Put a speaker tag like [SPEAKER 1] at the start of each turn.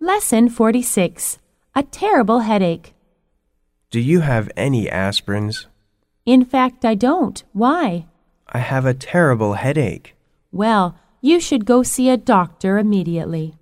[SPEAKER 1] Lesson 46 A Terrible Headache.
[SPEAKER 2] Do you have any aspirins?
[SPEAKER 1] In fact, I don't. Why?
[SPEAKER 2] I have a terrible headache.
[SPEAKER 1] Well, you should go see a doctor immediately.